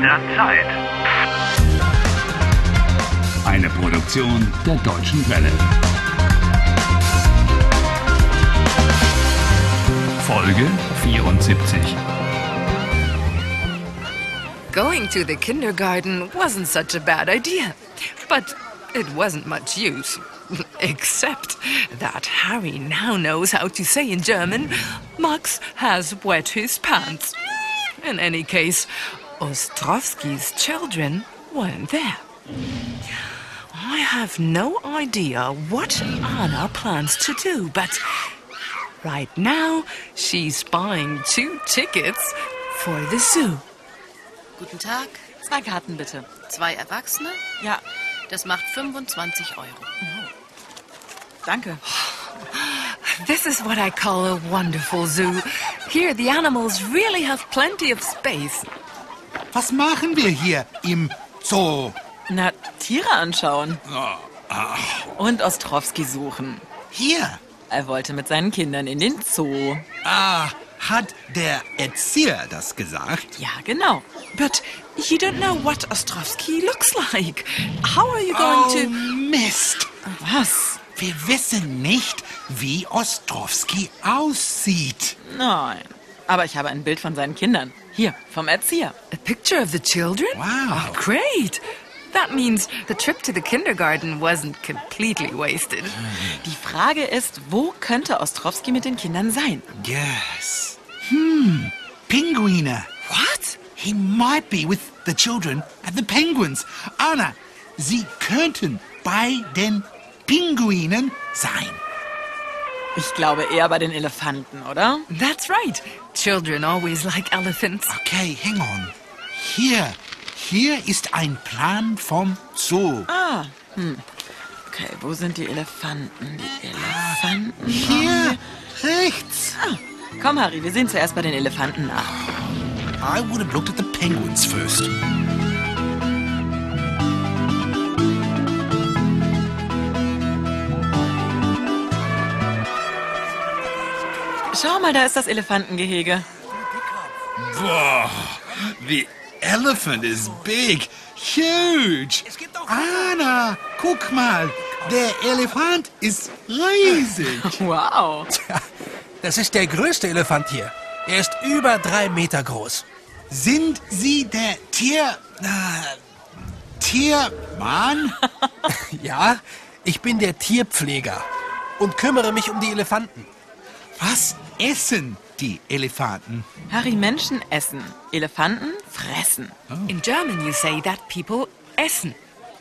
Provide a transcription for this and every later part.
der Zeit. Eine Produktion der Deutschen Welle. Folge 74. Going to the kindergarten wasn't such a bad idea, but it wasn't much use. Except that Harry now knows how to say in German, Max has wet his pants. In any case, Ostrovsky's children weren't there. I have no idea what Anna plans to do, but right now she's buying two tickets for the zoo. Guten Tag. Zwei Karten bitte. Zwei Erwachsene? Ja, Das macht 25 Euro. danke. This is what I call a wonderful zoo. Here, the animals really have plenty of space. Was machen wir hier im Zoo? Na, Tiere anschauen. Und Ostrowski suchen. Hier? Er wollte mit seinen Kindern in den Zoo. Ah, hat der Erzieher das gesagt? Ja, genau. But you don't know what Ostrovsky looks like. How are you going to. Oh, Mist! Was? Wir wissen nicht, wie Ostrowski aussieht. Nein. Aber ich habe ein Bild von seinen Kindern. Hier, vom Erzieher. A picture of the children? Wow. Oh, great! That means the trip to the kindergarten wasn't completely wasted. Die Frage ist, wo könnte Ostrowski mit den Kindern sein? Yes. Hmm, Pinguine. What? He might be with the children and the penguins. Anna, sie könnten bei den Pinguinen sein. Ich glaube eher bei den Elefanten, oder? That's right. Children always like elephants. Okay, hang on. Hier, hier ist ein Plan vom Zoo. Okay, wo sind die Elefanten? Die Elefanten? Hier, rechts. Komm, Harry, wir sehen zuerst bei den Elefanten nach. I would have looked at the penguins first. Schau mal, da ist das Elefantengehege. Boah, the elephant is big, huge. Anna, guck mal, der Elefant ist riesig. Wow. Das ist der größte Elefant hier. Er ist über drei Meter groß. Sind Sie der Tier... Äh, Tiermann? Ja, ich bin der Tierpfleger und kümmere mich um die Elefanten. Was essen die Elefanten? Harry, Menschen essen, Elefanten fressen. In German, you say that people essen.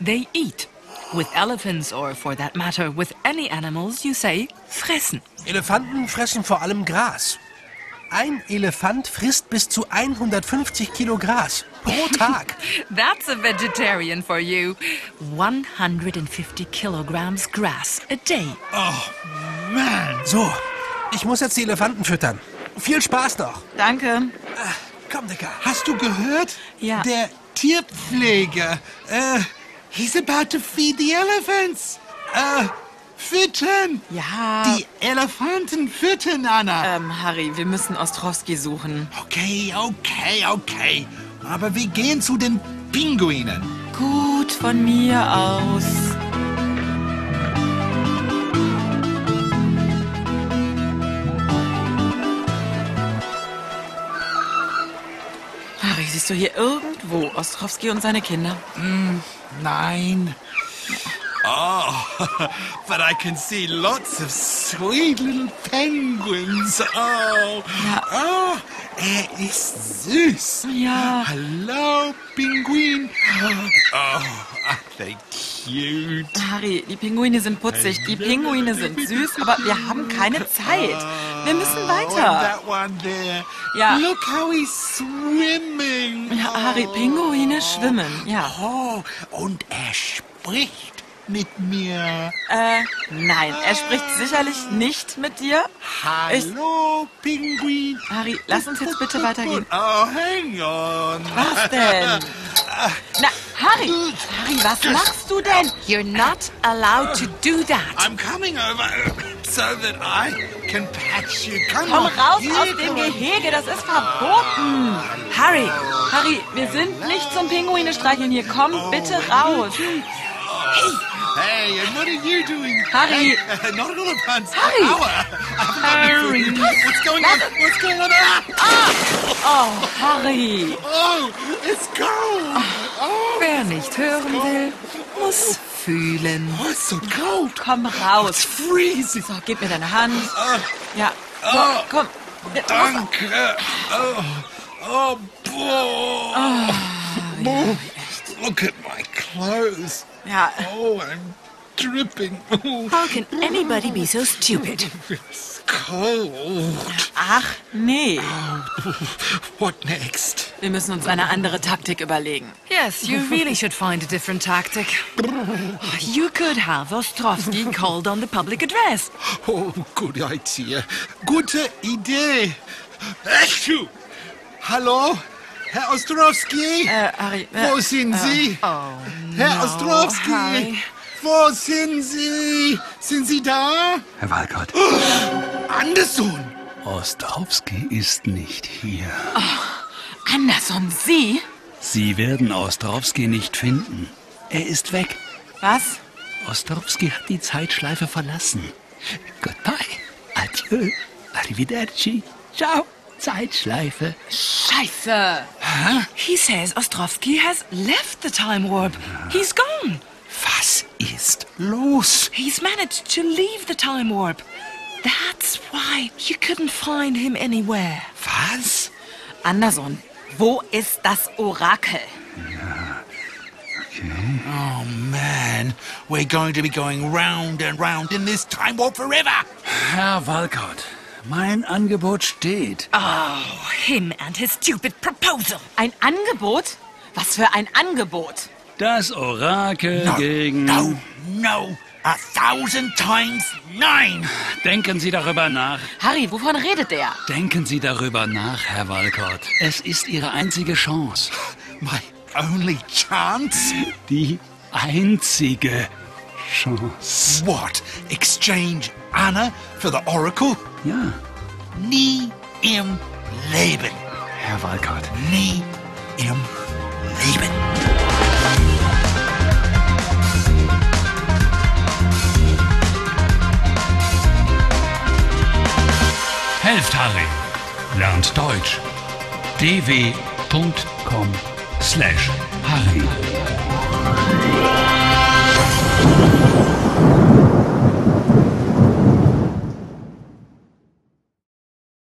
They eat. With elephants, or for that matter, with any animals, you say fressen. Elefanten fressen vor allem Gras. Ein Elefant frisst bis zu 150 Kilo Gras pro Tag. That's a vegetarian for you. 150 kilograms grass a day. Man, So, ich muss jetzt die Elefanten füttern. Viel Spaß noch. Danke. Komm, Dicker. hast du gehört? Ja. Der Tierpfleger. Äh, he's about to feed the elephants. Äh, füttern. Ja. Die Elefanten füttern, Anna. Ähm, Harry, wir müssen Ostrowski suchen. Okay, okay, okay. Aber wir gehen zu den Pinguinen. Gut von mir aus. Harry, siehst du hier irgendwo Ostrowski und seine Kinder? Nein. Oh, but I can see lots of sweet little penguins. Oh, oh, er ist süß. Ja. Hello, Pinguin. Oh, aren't they cute? Harry, die Pinguine sind putzig, die Pinguine sind süß, aber wir haben keine Zeit. Wir müssen Oh, weiter. that one there. Ja. Look how he's swimming. Ja, Harry, Pinguine schwimmen, ja. Oh, und er spricht mit mir. Äh, nein, er spricht sicherlich nicht mit dir. Ich, Hallo, Pinguin. Harry, lass uns jetzt bitte weitergehen. Oh, hang on. Was denn? Na, Harry, Harry, was machst du denn? You're not allowed to do that. I'm coming over. so that I can patch you. Come Komm on. raus you aus go- dem Gehege, das ist verboten. Harry, Harry, wir sind nicht zum Pinguine streicheln hier. Komm bitte raus. Hey, and what are you doing? Harry. Hey, not all at once. Harry. Hour. Harry. What's going on? What's going on? Ah! Oh, Harry. Oh, it's cold. Oh, Ah, Wer nicht hören will, muss fühlen. oh, it's so cold. Komm It's raus. freezing. Uh, So, gib mir deine Hand. Ja, so, Ah. komm. Danke. Oh, oh boy. Ah, Oh, Look at my clothes. Ja, Oh, I'm dripping. Oh, How can anybody be so stupid? it's cold. ach nee. What next? Wir müssen uns eine andere Taktik überlegen. Yes, you really should find a different tactic. You could have Ostrovsky called on the public address. Oh, good idea. Gute Idee. Achtung. Hallo, Herr Ostrowski? Äh, Harry, äh, oh, Wo sind Sie? Herr no, Ostrowski? Harry. Wo sind Sie? Sind Sie da? Herr Walcott, Anderson! Ostrowski ist nicht hier. Anderson, Sie? Sie werden Ostrowski nicht finden. Er ist weg. Was? Ostrowski hat die Zeitschleife verlassen. Goodbye. Adieu. Arrivederci. Ciao. Zeitschleife. Scheiße. He says Ostrovsky has left the time warp. He's gone. Was ist los? He's managed to leave the time warp. That's why you couldn't find him anywhere. Was? Anderson, wo ist das Orakel? Oh man, we're going to be going round and round in this time warp forever! Herr Walcott, mein Angebot steht. Oh, him and his stupid proposal. Ein Angebot? Was für ein Angebot? Das Orakel gegen. No, no, a thousand times nine! Denken Sie darüber nach. Harry, wovon redet der? Denken Sie darüber nach, Herr Walcott. Es ist Ihre einzige Chance. My only chance? Die einzige Chance. What? Exchange Anna for the Oracle? Ja, Nie im Leben. Herr Walcott. Nie im Leben. Helft Harry. Lernt Deutsch. dw.com slash Harry.